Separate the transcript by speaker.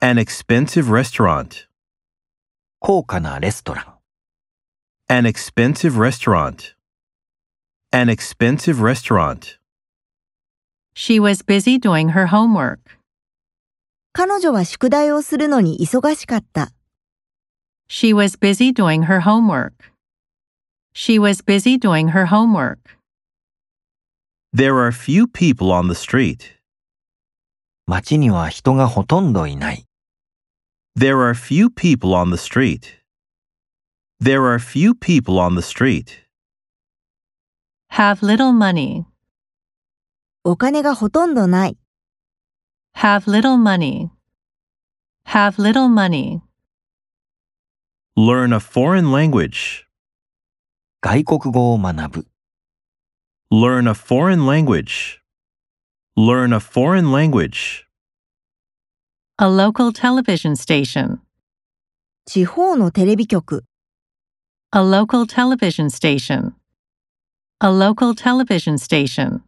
Speaker 1: An expensive restaurant.
Speaker 2: 高価なレストラン。
Speaker 1: An expensive restaurant. An expensive restaurant.
Speaker 3: She was busy doing her homework.
Speaker 4: 彼女は宿題をするのに忙しかった。
Speaker 3: She was busy doing her homework. She was busy doing her homework.
Speaker 1: There are few people on the street.
Speaker 2: 街には人がほとんどいない。
Speaker 1: There are few people on the street. There are few people on the street.
Speaker 3: Have little money.
Speaker 4: お金がほとんどない。
Speaker 3: Have little money. Have little money.
Speaker 1: Learn a foreign language.
Speaker 2: 外国語を学ぶ。
Speaker 1: Learn a foreign language. Learn a foreign language.
Speaker 3: A local television station.
Speaker 4: 地方のテレビ局。
Speaker 3: A local television station. A local television station.